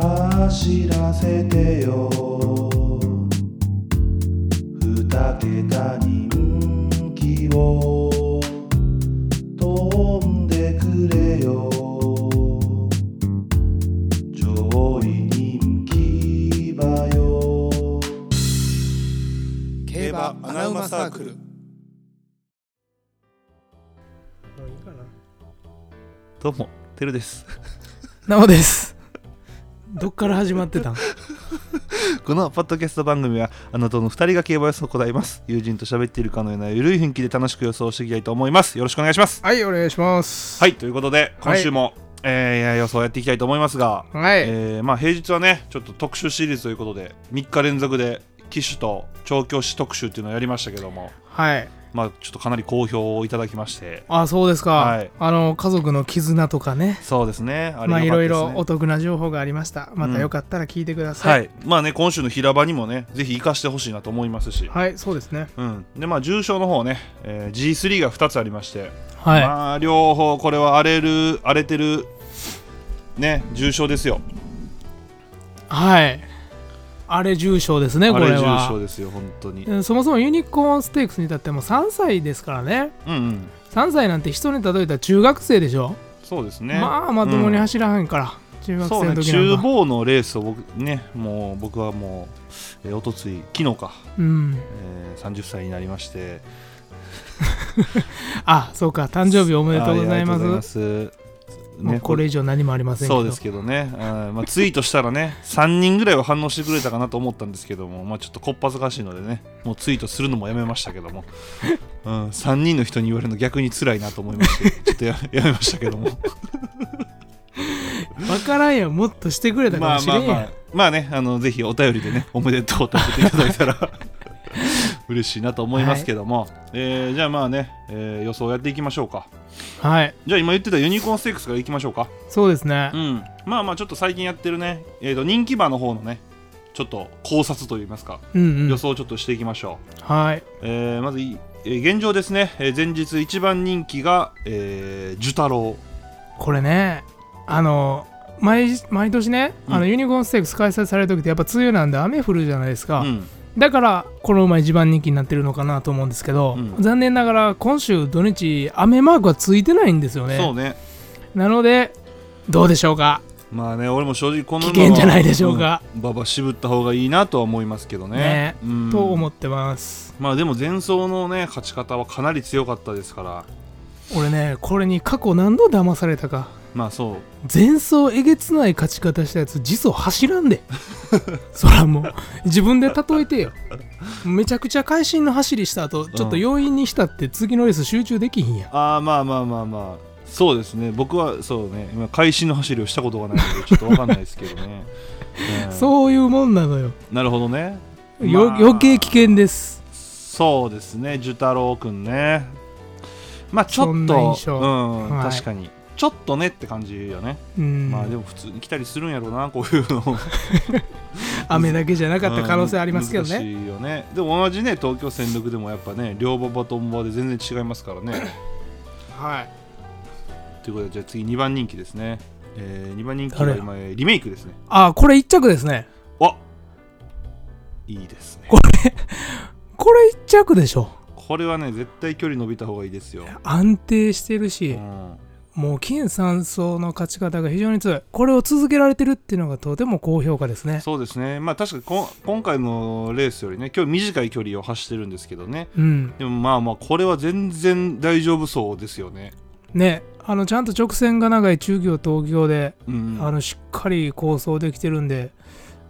走らせてよ二桁人気を飛んでくれよ上位人気馬よ競馬アナウマサークルもういいかな。どうも、てるです。生です。どっから始まってたんこのポッドキャスト番組は、あなたの二人が競馬予想を行います。友人と喋っているかのようなゆるい雰囲気で楽しく予想していきたいと思います。よろしくお願いします。はい、お願いします。はい、ということで、今週も、えー予想をやっていきたいと思いますが、はい。えーまあ、平日はね、ちょっと特集シリーズということで、3日連続で騎手と調教師特集っていうのをやりましたけども、はい。まあ、ちょっとかなり好評をいただきまして、あ、そうですか。はいあの、家族の絆とかね。そうですね、あれまあ、い良かったろですねいろお得な情報がありました。またよかったら聞いてくださ。はいい、まあね、今週の平場にもね、ぜひ活かしてほしいなと思いますし、はい、そうですね。うん、でまあ重症の方ね、えー G3 が2つありまして、はい。まあ両方これは荒れる荒れてるね重症ですよはい。あれ重症ですね、こ荒れれ重症は。ですよ本当にうんそもそもユニコーンステークスに至っても3歳ですからねうんうん3歳なんて人に例えたら中学生でしょ、そうですねまあまともに走らへんから、中うん学そう生ねの時なん厨か房のレースを僕ねもう僕はもう、えー、おとつい昨日か、うんえー、30歳になりましてあそうか誕生日おめでとうございまあーありがとうございすますもうこれ以上何もありませんけどそうですけどね、うんまあ、ツイートしたらね 3人ぐらいは反応してくれたかなと思ったんですけども、まあ、ちょっとこっぱずかしいのでねもうツイートするのもやめましたけども、うん、3人の人に言われるの逆に辛いなと思いましてちょっとややめましたけどもわからんやんもっとしてくれたかまもあしまあれんやまんあまあねあのぜひお便り でねおめでとうと言っていただいたら嬉しいなと思いますけども、えーじゃあまあね、えー予想やっていきましょうかはいじゃあ今言ってたユニコーンステークスからいきましょうかそうですねうん、まあまあちょっと最近やってるね、えー、と人気馬の方のねちょっと考察といいますか、うんう予ん想をちょっとしていきましょはい、う、えーまずい、えー現状ですね、えー前日一番人気が、えー、ジュタロこれねあの毎毎年ね、うんあのユニコーンステークス開催される時ってやっぱ梅雨なんで雨降るじゃないですか、ウ、うん、だからこの馬一番人気になってるのかなと思うんですけど、うん残念ながら今週土日雨マークはついてないんですよねそうねなのでどうでしょうかまあね俺も正直この馬は危険じゃないでしょうか、うん馬場渋った方がいいなとは思いますけどねねうん、と思ってますまあでも前走のね勝ち方はかなり強かったですから俺ねこれに過去何度騙されたかまあそう前走えげつない勝ち方したやつ自走走らんで そらもう自分で例えてよめちゃくちゃ会心の走りした後ちょっと要因にしたって次のレース集中できひんやんああまあまあまあまあそうですね僕はそうね今会心の走りをしたことがないのでちょっとわかんないですけど ね、うんそういうもんなのよなるほどねよまあ余計危険ですそうですね寿太郎くんねまあちょっとそんな印象うん、はい確かにちょっとねって感じよね、うん、まあでも普通に来たりするんやろうなこういうの雨だけじゃなかった可能性ありますけどうんね、難しいよねでも同じね東京戦力でもやっぱね両馬場と馬場で全然違いますからねはいということでじゃあ次2番人気ですね、え2番人気が今リメイクですねああこれ一着ですねわいいですねここれ一着でしょこれはね絶対距離伸びた方がいいですよ、安定してるし、うん、もう金3層の勝ち方が非常に強いこれを続けられてるっていうのがとても高評価ですねそうですねまあ確かにこ今回のレースよりね今日短い距離を走ってるんですけどねうんでもまあまあこれは全然大丈夫そうですよねねあのちゃんと直線が長い中京東京で、うんあのしっかり構想できてるんで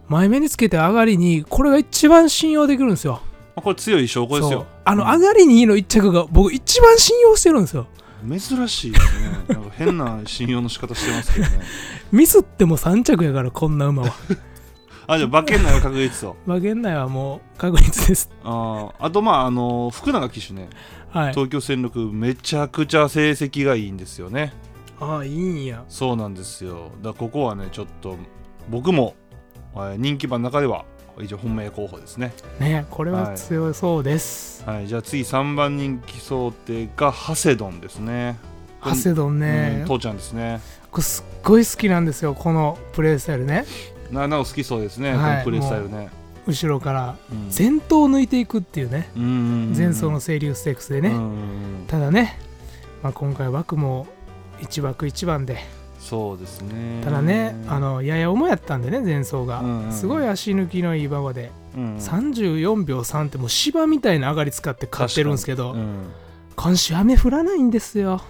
前目につけて上がりにこれが一番信用できるんですよまあこれ強い証拠ですそうよあのうん上がりにの一着が僕一番信用してるんですよ珍しいですねなんか変な信用の仕方してますけどねミスっても3着やからこんな馬は あじゃあ馬券内は確率 と馬券内はもう確率ですあーあとまああの福永騎手ねはい東京戦力めちゃくちゃ成績がいいんですよねああいいんやそうなんですよだからここはねちょっと僕もえー人気馬の中では一応本命候補ですね、ねこれははい強そうです、はい、じゃあ次3番人気想定がハセドンですねハセドンドね、父ちゃんですね僕すっごい好きなんですよこのプレースタイルねななお好きそうですね、はいこのプレースタイルね。後ろからうん前頭を抜いていくっていうねうんうんうん前走の清流ステークスでね、うんうんただね、まあ、今回枠も1枠1番でそうですね。ただね、あのやや重やったんでね前走が、うんうんすごい足抜きのいい馬場で、うん、 34秒3ってもう芝みたいな上がり使って勝ってるんですけど、うん今週雨降らないんですよ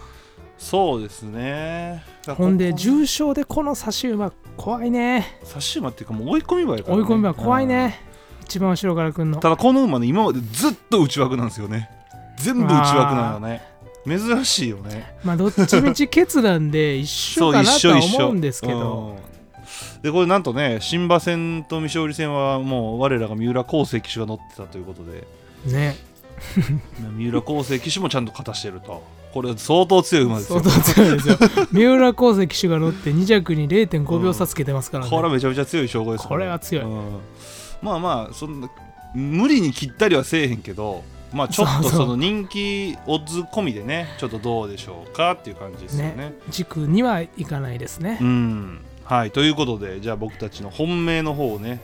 そうですね。だからほんでここ重賞でこの差し馬怖いね差し馬っていうかもう追い込み馬やから追ね、い込みは怖いね、一番後ろからくんうのんただこの馬ね今までずっと内枠なんですよね全部内枠なんだね珍しいよねまあどっちみち決断で一緒かなとは思うんですけど、うんでこれなんとね新馬戦と未勝利戦はもう我らが三浦康生騎手が乗ってたということでね三浦康生騎手もちゃんと勝たしてるとこれ相当強い馬です相よ当強いですよ三浦康生騎手が乗って2着に0.5秒差つけてますからね、これはめちゃめちゃ強い称号ですよねこれは強いうんまあまあそんな無理に切ったりはせえへんけどまあちょっとそうそうその人気オッズ込みでねちょっとどうでしょうかっていう感じですよねね軸にはいかないですねう、んはいということでじゃあ僕たちの本命の方をね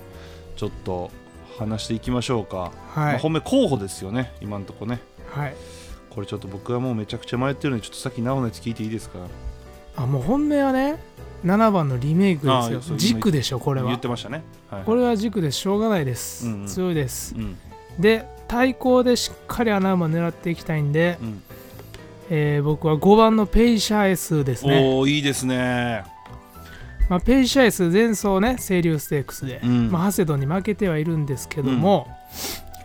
ちょっと話していきましょうか、まはあい、本命候補ですよね今んとこねはい、これちょっと僕はもうめちゃくちゃ迷ってるのでちょっとさっき直のやつ聞いていいですかあもう本命はね7番のリメイクああですそうよ今軸でしょこれ言はってましたね、はい、これは軸でしょうがないです、うんうん強いですうんで対抗でしっかり穴馬狙っていきたいんで、うんえー僕は5番のペイシャエスですね、おおいいですねまあ、ペイシャエス前走ね清流ステークスで、うんまあ、ハセドンに負けてはいるんですけども、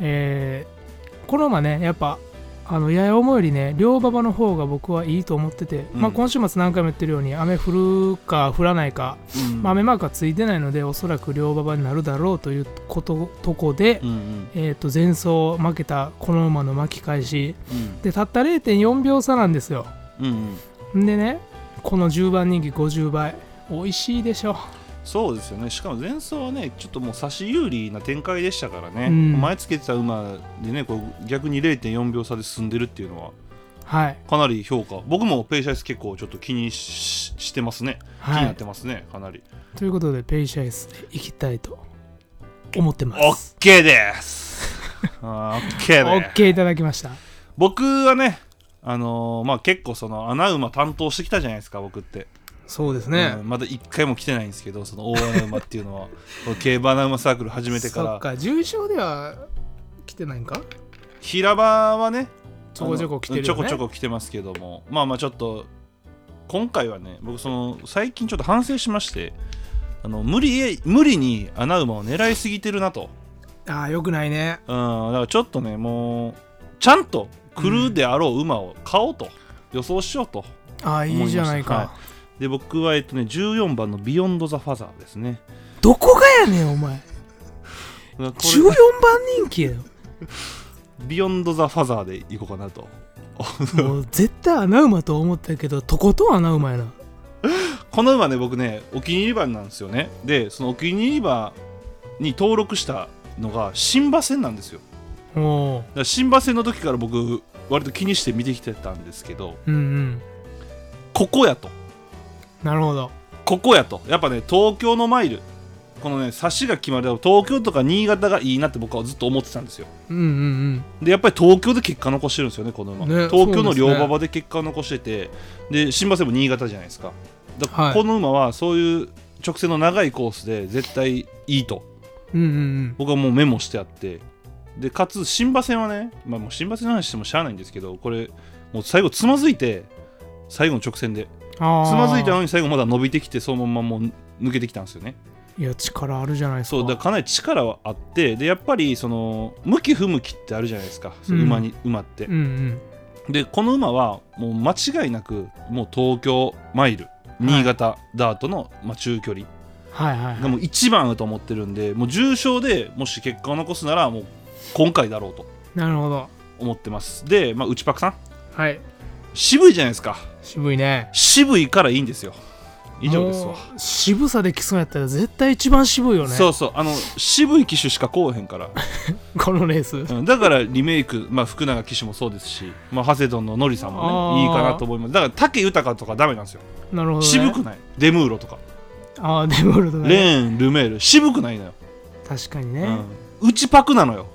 えーこの馬ねやっぱあのやや重よりね両馬場の方が僕はいいと思ってて、うんまあ、今週末何回も言ってるように雨降るか降らないか、うんまあ、雨マークはついてないのでおそらく両馬場になるだろうということとこで、うんうんえー、と前走負けたこの馬の巻き返しうんでたった0.4秒差なんですようんうん、んでねこの10番人気50倍美味しいでしょそうですよねしかも前走はねちょっともう差し有利な展開でしたからね、うん前つけてた馬でねこう逆に0.4秒差で進んでるっていうのははい、かなり評価僕もペイシャイス結構ちょっと気にししてますね、気はになっい、てますねかなりということでペイシャイスでいきたいと思ってまオすッケー ですあーオッケオーでッすケーいただきました僕はねあのーまあ結構その穴馬担当してきたじゃないですか僕ってそうでうすんまだ一回も来てないんですけどその大穴馬っていうのは この競馬穴馬サークル始めてかそらっか重賞では来てないんか平場はねちょこちょこ来てるよねちょこちょこ来てますけどもまあまあちょっと今回はね僕その最近ちょっと反省しましてあの無理無理に穴馬を狙いすぎてるなと、ああよくないねうん、だからちょっとねもうちゃんと来るであろう馬を買おうと、予想しようとああいいじゃないか、思いまで僕はえっとね14番の「ビヨンド・ザ・ファザー」ですねどこがやねんお前これ14番人気や よビヨンド・ザ・ファザー」でいこうかなともう絶対穴馬と思ったけどとことん穴馬やなこの馬ね僕ねお気に入り馬なんですよねでそのお気に入り馬に登録したのが新馬戦なんですよおーだから新馬戦の時から僕割と気にして見てきてたんですけどうんうんここやとなるほどここやとやっぱね東京のマイルこのね差しが決まる東京とか新潟がいいなって僕はずっと思ってたんですようんうんでやっぱり東京で結果残してるんですよねこの馬、ね東京そのうですね両馬場で結果を残しててで新馬戦も新潟じゃないですかだからはいこの馬はそういう直線の長いコースで絶対いいとうんうんうん僕はもうメモしてあってでかつ新馬戦はね、まあ、もう新馬戦の話してもしゃあないんですけどこれもう最後つまずいて最後の直線であーつまずいたのに最後まだ伸びてきてそのままもう抜けてきたんですよねいや力あるじゃないですかそうだからかなり力はあってでやっぱりその向き不向きってあるじゃないですか、その馬に馬ってうんうんでこの馬はもう間違いなくもう東京マイル新潟、ダートの、まあ、中距離はいはいがもう一番だと思ってるんでもう重賞でもし結果を残すならもう今回だろうとなるほど思ってますで、まあ、内パクさんはい渋いじゃないですか渋いね渋いからいいんですよ以上ですわ、もう渋さで来そうやったら絶対一番渋いよねそうそうあの渋い機種しかこうへん から、このレースうんだからリメイク、まあ、福永騎手もそうですし、まあ、ハセドンのノリさんもあーねいいかなと思いますだから武豊とかダメなんですよ、なるほど、ね、渋くないデムーロとかああデンボルトが、ね、レーンルメール渋くないのよ、確かにうね、ん、内パクなのよ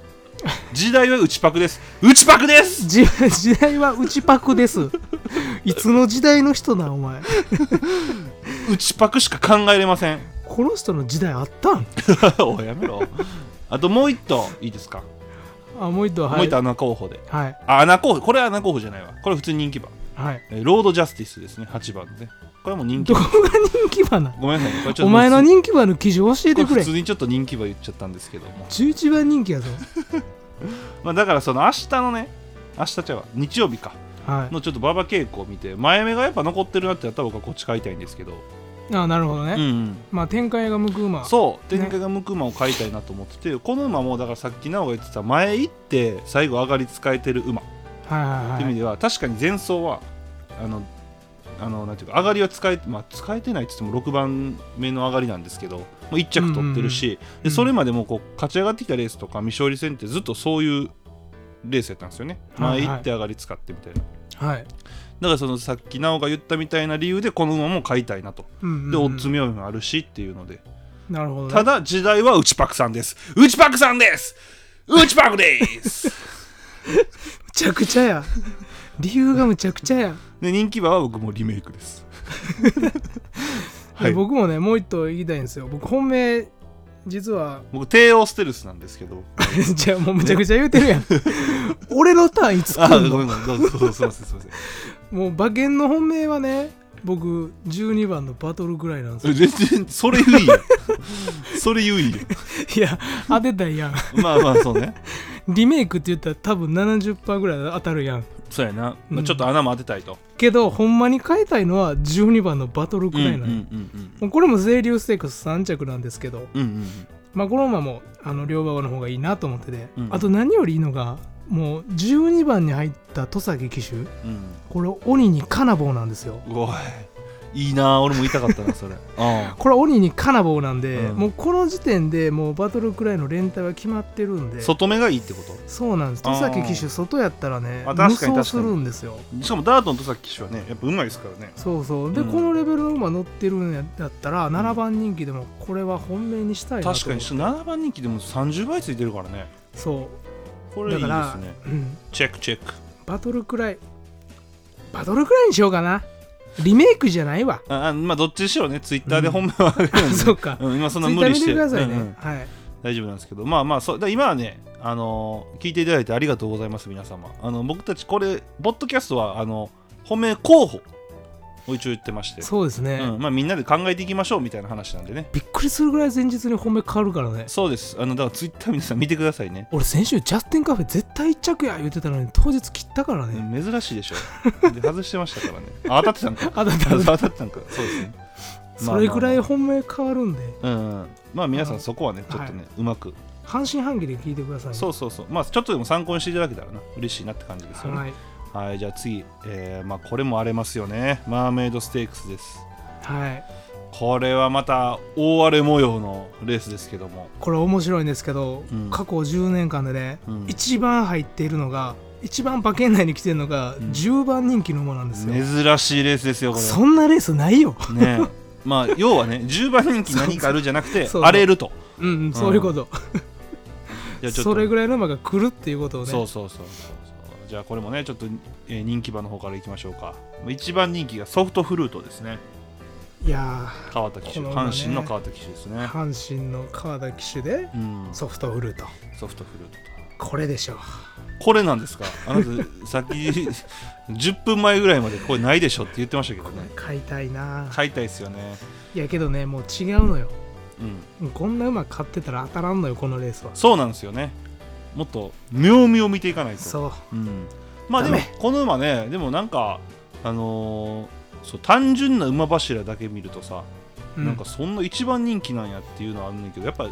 時代は内パクです内パクですじ 時代は内パクです いつの時代の人だお前内パクしか考えれません この人の時代あったんおいやめろあともう一頭いいですか、あもう一度はもうい一頭穴候補ではいあ穴候補これは穴候補じゃないわこれ普通に人気馬はいえーロードジャスティスですね8番でこれも人気どこ馬が人気馬なんごめんなさいねこれちょっとお前の人気馬の記事教えてこくれれ普通にちょっと人気馬言っちゃったんですけども、 11番人気やぞまあ、だからその明日のね明日ちゃうわ日曜日かはのちょっと馬場稽古を見て前目がやっぱ残ってるなってやったら僕はこっち買いたいんですけど、いあなるほどね、うんうんまあ展開が向く馬そう天下が向く馬を買いたいなと思ってて、この馬もだからさっき直が言ってた前行って最後上がり使えてる馬っはいはていいう意味はいでは確かに前走はあのあのなんていうか上がりは使え,、まあ、使えてないって言っても6番目の上がりなんですけどもう1着取ってるし、うでんそれまでもこう勝ち上がってきたレースとか未勝利戦ってずっとそういうレースやったんですよねはいは前い行って上がり使ってみたいな、はいだからそのさっき直が言ったみたいな理由でこの馬も買いたいなとうんうんうんで、オッズ妙もあるしっていうので、なるほどねただ時代は内パクさんです。内パクさんです内パクです むちゃくちゃや理由がむちゃくちゃや、で人気馬は僕もリメイク です。はい、で僕僕もねもう一頭言いたいんですよ僕本命実は 帝王ステルスなんですけど。じゃあもうむちゃくちゃ言うて るやん俺のターンいつあ、来ごんめんのごめん、どうぞ、どうぞすいません、すいません。もう馬券の本命はね僕12番のバトルぐらいなんですそれよ全然、それ言いよ。それ言いよ。いや当てたやんまあまあ、そうね。リメイクって言ったら多分70%ぐらい当たるやんそうやな。うまあ、んちょっと穴も当てたいと。けどほんまに変えたいのは12番のバトルくうん、うらん、いなうんの、ん。もうこれも清流ステークス3着なんですけど、うん、うん。まあ、この馬もあの両馬の方がいいなと思ってて、うんあと何よりいいのがもう12番に入った戸崎騎手うん。これ鬼に金棒なんですよおい。いいな、俺も言いたかったな、それ。ああ。これ鬼に金棒なんで、うんもうこの時点でもうバトルくらいの連帯は決まってるんで外目がいいってことそうなんですあー戸崎騎手外やったらねあ無確かに確かに双するんですよしかもダートンとさっき騎手はねやっぱうまいですからねそうそうで、うんこのレベルの馬乗ってるんやったら7番人気でもこれは本命にしたいなと思っ確てかに7番人気でも30倍ついてるからねそうこれいいだでかすらねうん、チェックチェックバトルくらいバトルくらいにしようかなリメイクじゃないわああまあどっちにしろねツイッターで本名はあるんで、そうかうん 今そんなツイッ無ター理し見ててくださいね、うんうんはい大丈夫なんですけどまあまあそうだから今はねあのー聞いていただいてありがとうございます皆様あの僕たちこれボッドキャストはあの本命候補を一応言ってましてそうですね、うんまあ、みんなで考えていきましょうみたいな話なんでねびっくりするぐらい前日に本命変わるからねそうですあのだからツイッター皆さん見てくださいね俺先週ジャスティンカフェ絶対一着や言ってたのに当日切ったからね、うん珍しいでし ょで外してましたからねあ当たってたんかあだだ当たったんかそうですね それぐらいまあ本命変わるんでまあまあうんうんまあ皆さあんのそこはねちょっとね、うまく半信半疑で聞いてくださいねそうそうそうまあちょっとでも参考にしていただけたらな嬉しいなって感じですよねははい、いじゃあ次、えーまあこれも荒れますよねマーメイドステークスですはいこれはまた大荒れ模様のレースですけどもこれ面白いんですけど、うん過去10年間でね、うん一番入っているのが一番馬券内に来てるのがん10番人気の馬なんですよ、珍しいレースですよこそんなレースないよれねえまあ要はね10番人気何かあるじゃなくてそうそう荒れるとうん、うん、そういうこと、じゃあちょっとそれぐらいの馬が来るっていうことをねそうそうそうそうじゃあこれもねちょっと、えー人気馬の方からいきましょうか一番人気がソフトフルートですねいや川田騎手、この馬ね阪神の川田騎手ですねー阪神の川田騎手でうんソソフトフルートフトフルートとこれでしょうこれなんですかあなたさっき10分前ぐらいまでこれないでしょって言ってましたけどね買いたいな買いたいですよねいやけどねもう違うのようんもうこんな馬買ってたら当たらんのよこのレースはそうなんですよねもっと妙味を見ていかないとそううん、まあでもダメこの馬ねでもなんかあのーそう単純な馬柱だけ見るとさ、うんなんかそんな一番人気なんやっていうのはあるんだけどやっぱ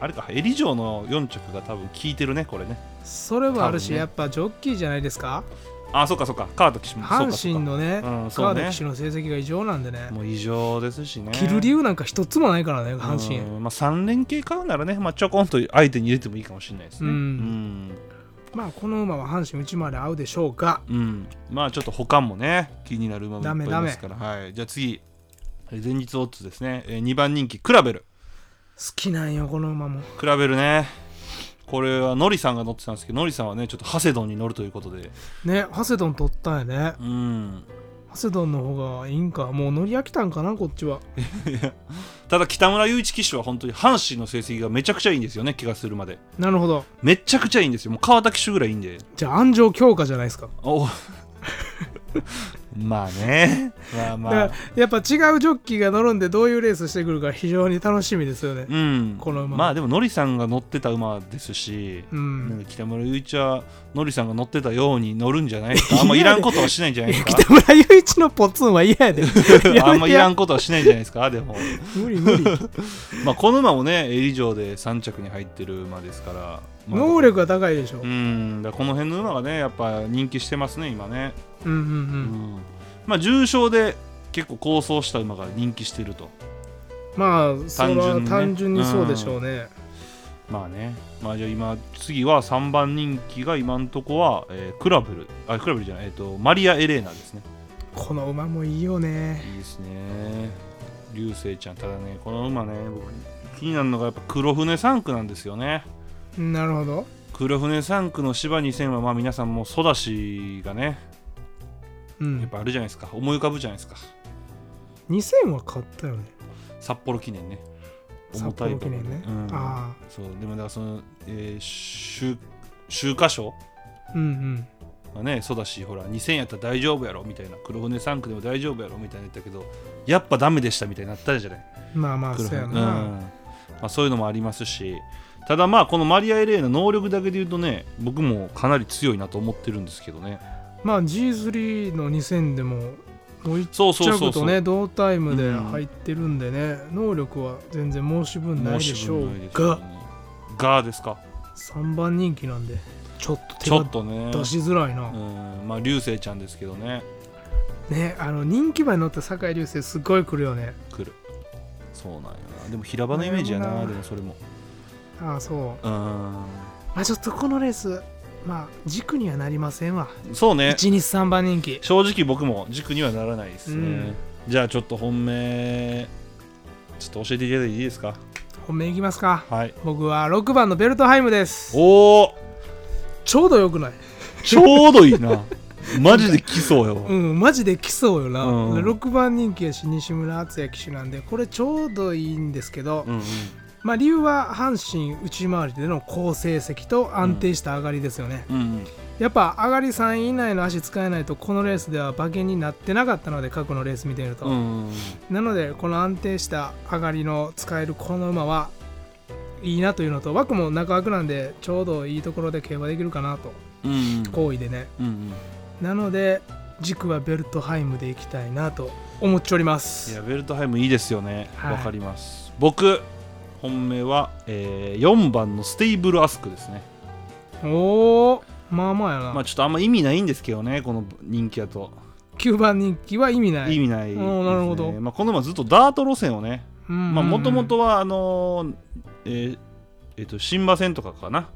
あれかエリ城の4着が多分効いてるねこれねそれはある多し、分ねやっぱジョッキーじゃないですかあそっかそっかカード騎士もそうかそ阪うか神のね、うんそう川ね田騎手の成績が異常なんでね、もう異常ですしね切る理由なんか一つもないからね、阪神。うんまあ、3連携買うならね、まあ、ちょこんと相手に入れてもいいかもしれないですねううんん、まあ、この馬は阪神内回り合うでしょうが、うんまあちょっと保管もね気になる馬もいっぱいいますからはいじゃあ次、えー前日オッズですね、え2番人気クラベルきなんよこの馬もクラベルねこれはノリさんが乗ってたんですけどノリさんはねちょっとハセドンに乗るということでねハセドン取ったんやねうんハセドンの方がいいんかもう乗り飽きたんかなこっちはただ北村雄一騎手は本当に阪神の成績がめちゃくちゃいいんですよね気がするまでなるほどめちゃくちゃいいんですよもう川田騎手ぐらいいいんでじゃあ安城強化じゃないですかお まあねまあだまかあらやっぱ違うジョッキーが乗るんでどういうレースしてくるか非常に楽しみですよねうんこの馬まあでもノリさんが乗ってた馬ですし、うんなんか北村雄一はノリさんが乗ってたように乗るんじゃないですかあんまいらんことはしないんじゃないですか北村雄一のポツンは嫌 やでやあんまいらんんことはしないんじゃないですかでも無理無理まあこの馬もね襟城で3着に入ってる馬ですから、まあ 能力が高いでしょ、う、うんんだからこの辺の馬がねやっぱ人気してますね今ね、うんうんうんまあ重賞で結構構想した馬が人気してるとまあそれは単純にね単純にそうでしょうね、まあねまあじゃあ今次は3番人気が今んとこは、えークラブルあクラブルじゃないえっ、とマリア・エレーナですねこの馬もいいよねいいですね流星ちゃんただねこの馬ね僕気になるのがやっぱ黒船3区なんですよねなるほど黒船3区の芝2000はまあ皆さんもソダシがねうやっんぱあるじゃないですか思い浮かぶじゃないですか2000は買ったよね札幌記念ね札幌記念重ねたいと、思ううん、あそうでもだからその、えー、週週刊賞あうんうんがねソダシほら2000やったら大丈夫やろみたいな黒船3区でも大丈夫やろみたいな言ったけどやっぱダメでしたみたいになったじゃないまあまあ黒そうや船うんな、まあ、そういうのもありますしただまあこのマリア・エレーナ能力だけで言うとね僕もかなり強いなと思ってるんですけどねまあ G3 の2000でももう1そうそうそ着うそとう、ね同タイムで入ってるんでね、能力は全然申し分ないでしょ申う分ないですよがねがですか3番人気なんでちょっと手ちょがっとね出しづらいな、うんまあ流星ちゃんですけどねねあの人気馬に乗った酒井流星すごい来るよね来るそうなんやなでも平場のイメージやなるなほどでなもそれもああそううんまあちょっとこのレースまあ軸にはなりませんわそうね123番人気正直僕も軸にはならないですね、うんじゃあちょっと本命ちょっと教えていただいていいですか本命いきますかはい僕は6番のベルトハイムですおおちょうどよくないちょうどいい なマジで来そうよ、うんマジで来そうよな、うん6番人気やし西村敦也騎手なんでこれちょうどいいんですけど、うんうんまあ理由は阪神内回りでの好成績と安定した上がりですよね、うんうんやっぱ上がり3位以内の足使えないとこのレースでは馬券になってなかったので過去のレース見てみると、うんうんなのでこの安定した上がりの使えるこの馬はいいなというのと枠も中枠なんでちょうどいいところで競馬できるかなとうん好意でねうんうんなので軸はベルトハイムでいきたいなと思っておりまいすやベルトハイムいいですよねわ、はいかります僕本命は、えー、4番のステイブルアスクですねおおまあまあやな、まあちょっとあんま意味ないんですけどねこの人気やと、 9番人気は意味ない意味ないです、ね、おーなるほどまあ、この馬ずっとダート路線をねうんまあもともとはあのーえーえーと新馬戦とかかな、うん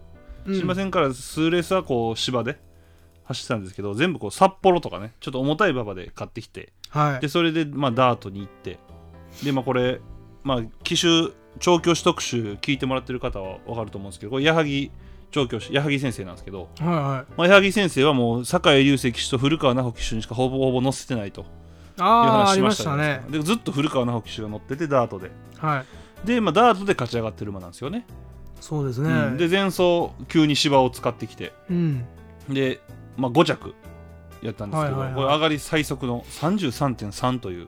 新馬戦から数レースはこう芝で走ってたんですけど全部こう札幌とかねちょっと重たい馬場で買ってきてはでいそれでまあダートに行ってでまあこれまあ騎手調教師特集聞いてもらってる方は分かると思うんですけどこれ矢作調教師矢作先生なんですけど、はいはいまあ、矢作先生はもう酒井隆成騎手と古川奈穂騎手にしかほぼほぼ乗せてないというああー話あしりままししたたねでずっと古川奈穂騎手が乗っててダートではいで、まあ、ダートで勝ち上がってる馬なんですよね、そうですね、うんで前走急に芝を使ってきてうんで、まあ、5着やったんですけど、はいはいはいこれ上がり最速の33.3という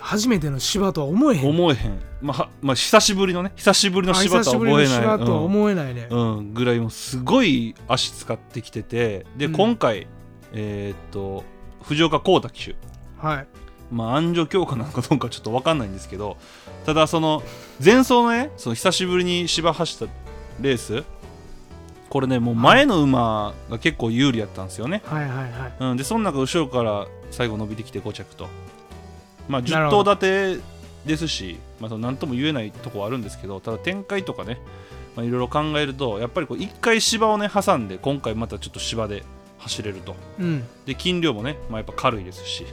初めての芝とは思えへん思えへん、まあはまあ、久しぶりのね久しぶりの芝とは思えない久しぶりの芝とは思えないね、うんうんぐらいもうすごい足使ってきててで、うん今回えーっと藤岡浩太騎手はいまあ安城強化なのかどうかちょっと分かんないんですけどただその前走のねその久しぶりに芝走ったレースこれねもう前の馬が結構有利やったんですよね、はいはいはいうん、でその中後ろから最後伸びてきて5着と、まあ、な10るほ頭立てですしまあ、その何とも言えないとこはあるんですけどただ展開とかねまあいろいろ考えるとやっぱりこう1回芝をね挟んで今回またちょっと芝で走れるとうんで筋量もね、まあ、やっぱ軽いですし、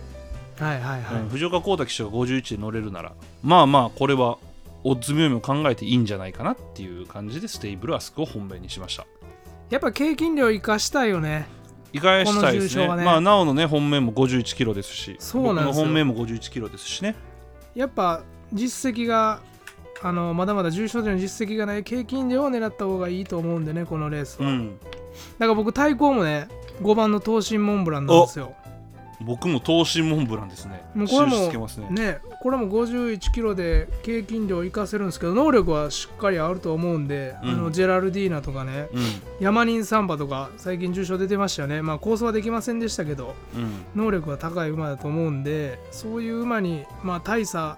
はいはいはいはい、うん藤岡浩太騎手が51で乗れるならまあまあこれはオッズ妙にも考えていいんじゃないかなっていう感じでステイブルアスクを本命にしましたやっぱ経験量生かしたいよね生かしたいですこねの重賞はねまあなおのね本命も51キロですしそうなんです僕のよ本命も51キロですしねやっぱ実績があのまだまだ重症での実績がない経験量を狙った方がいいと思うんでねこのレースうは、だんから僕対抗もね5番の東進モンブランなんですよ僕も投資モンブランですねもうこれも印つけますねねこれも5 1キロで経験量を生かせるんですけど能力はしっかりあると思うんで、うんあのジェラルディーナとかねうヤマニンサンバとか最近重賞出てましたよねまあ構想はできませんでしたけどんうん能力が高い馬だと思うんでそういう馬に、まあ、大差、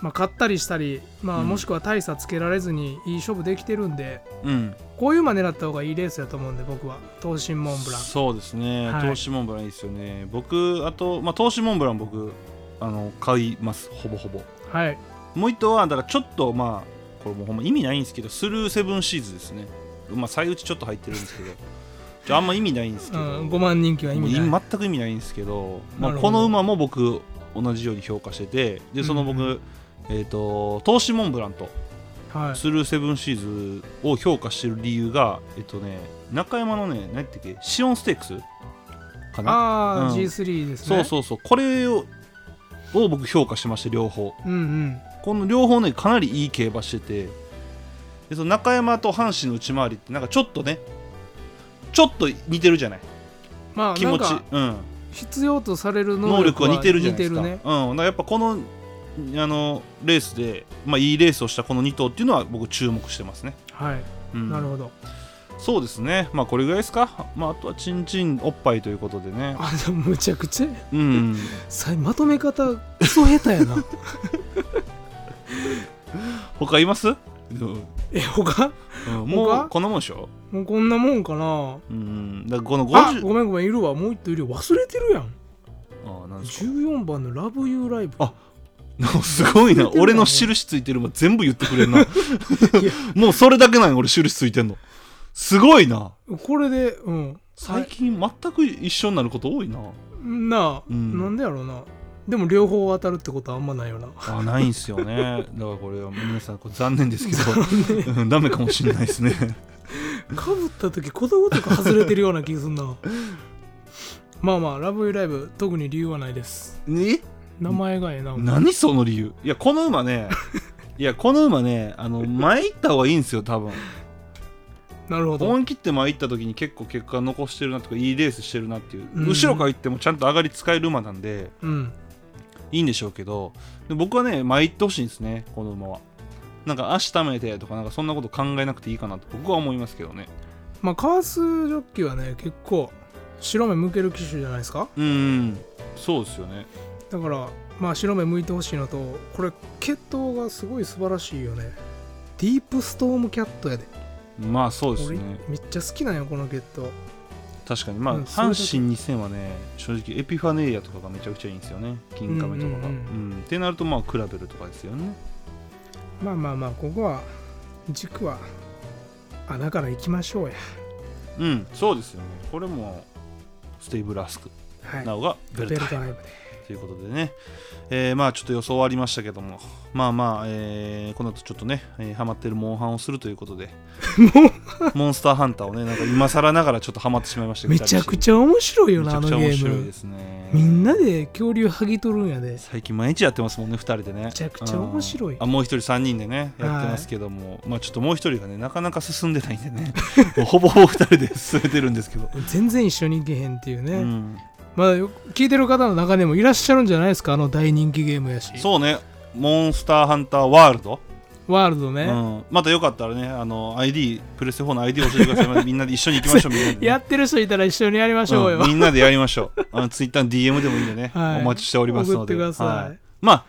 まあ、勝ったりしたり、まあ、うんもしくは大差つけられずにいい勝負できてるんで、うんこういう馬狙った方がいいレースだと思うんで僕は東進モンブランそうですね、はい投資モンブランいいですよね僕あと、まあ、投資モンブラン僕あの買いますほぼほぼはいもう一頭はだからちょっとまあこれもうほんま意味ないんですけどスルーセブンシーズですねまあ最打ちちょっと入ってるんですけどちょあんま意味ないんですけうど、ん、5万人気は意味ない、もう全く意味ないんですけど、まあ、なるほどこの馬も僕同じように評価しててでその僕、うんうえー、と投資モンブランとはい、スルーセブンシーズを評価してる理由がえっとね中山のね何やったっけシオンステークスかなあうあ、ん G3 ですそうねそうそうこれをを僕評価してまして両方ううんこの両方ねかなりいい競馬しててでその中山と阪神の内回りってなんかちょっとねちょっと似てるじゃないうんまあ気持ちなんかうん、必要とされる能能力力はは似てるじゃないですか似てるねうん、だからやっぱこのあのレースで、まあ、いいレースをしたこの2頭っていうのは僕注目してますね、はい、うん、なるほどそうですねまあこれぐらいですか、まあ、あとはチンチンおっぱいということでねあでもむちゃくちゃうんさまとめ方クソ下手やな 他います、うんえ他うんも他うこんなもんでしょ、もうこんなもんかなうん、だからこのあ50ごめんごめんいるわもう一頭いるよ忘れてるやんあなんですか14番の「ラブユーライブ」あすごいな忘れてるな俺の印ついてるも全部言ってくれるなやもうそれだけなんよ俺印ついてんのすごいなこれでうん最近全く一緒になること多いななあ、うんなんでやろうなでも両方当たるってことはあんまないよな あないんすよねだからこれは皆さんこれ残念ですけど、うんダメかもしれないですねかぶった時子供とか外れてるような気すんな まあまあ「ラブユーライブ」特に理由はないですえ名前がええな何その理由いやこの馬ねいやこの馬ねあの前行った方がいいんですよ多分なるほど思い切って前行った時に結構結果残してるなとかいいレースしてるなっていう、うん後ろから行ってもちゃんと上がり使える馬なんでうんいいんでしょうけどで僕はね前行ってほしいんですねこの馬はなんか足ためてとかなんかそんなこと考えなくていいかなと僕は思いますけどねまあカースジョッキーはね結構白目向ける機種じゃないですかうんうんそうですよねだからまあ白目向いてほしいのとこれ血統がすごい素晴らしいよねディープストームキャットやでまあそうです俺ねめっちゃ好きなんよこの血統確かにまあ、うん阪神2000はね正直エピファネイアとかがめちゃくちゃいいんですよね金亀とかが、ううんんうってなるとまあ比べるとかですよねまあまあまあここは軸は穴から行きましょうやうんそうですよねこれもステイブラスク、はいなおがベルベルタトイライブでということでね、えーまあちょっと予想はありましたけどもまあまあ、えーこの後ちょっとね、えーハマってるモンハンをするということでモンスターハンターをねなんか今更ながらちょっとハマってしまいましためちゃくゃちゃ面白いよなあめちのゃくちゲゃ面白いーでムすねみんなで恐竜剥ぎ取るんやで最近毎日やってますもんね2人でねめちゃくちゃ面白いあもう1人3人でねやってますけども、まあちょっともう1人がねなかなか進んでないんでね もうほぼほぼ2人で進めてるんですけど、全然一緒に行けへんっていうね、うん、まあよ聞いてる方の中でもいらっしゃるんじゃないですかあの大人気ゲームやしそうねモンスターハンターワールド、ワールドうね、ん、またよかったらねあの ID プレステ4の ID 教えてください みんなで一緒に行きましょうみんなでね、やってる人いたら一緒にやりましょうよ、うんみんなでやりましょうあのツイッターの DM でもいいんでね、はいお待ちしておりますので送ってくださいはまあ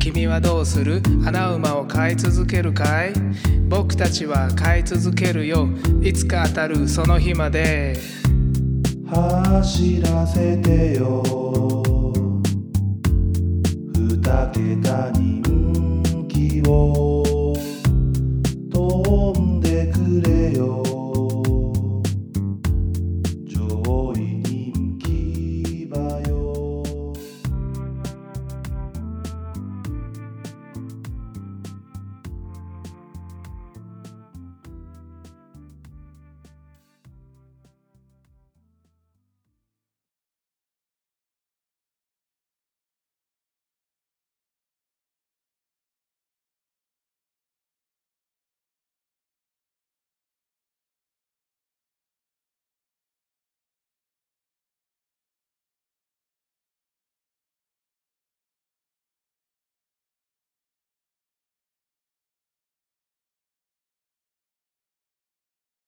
君はどうする穴馬を飼い続けるかい僕たちは飼い続けるよいつか当たるその日まで走らせてよ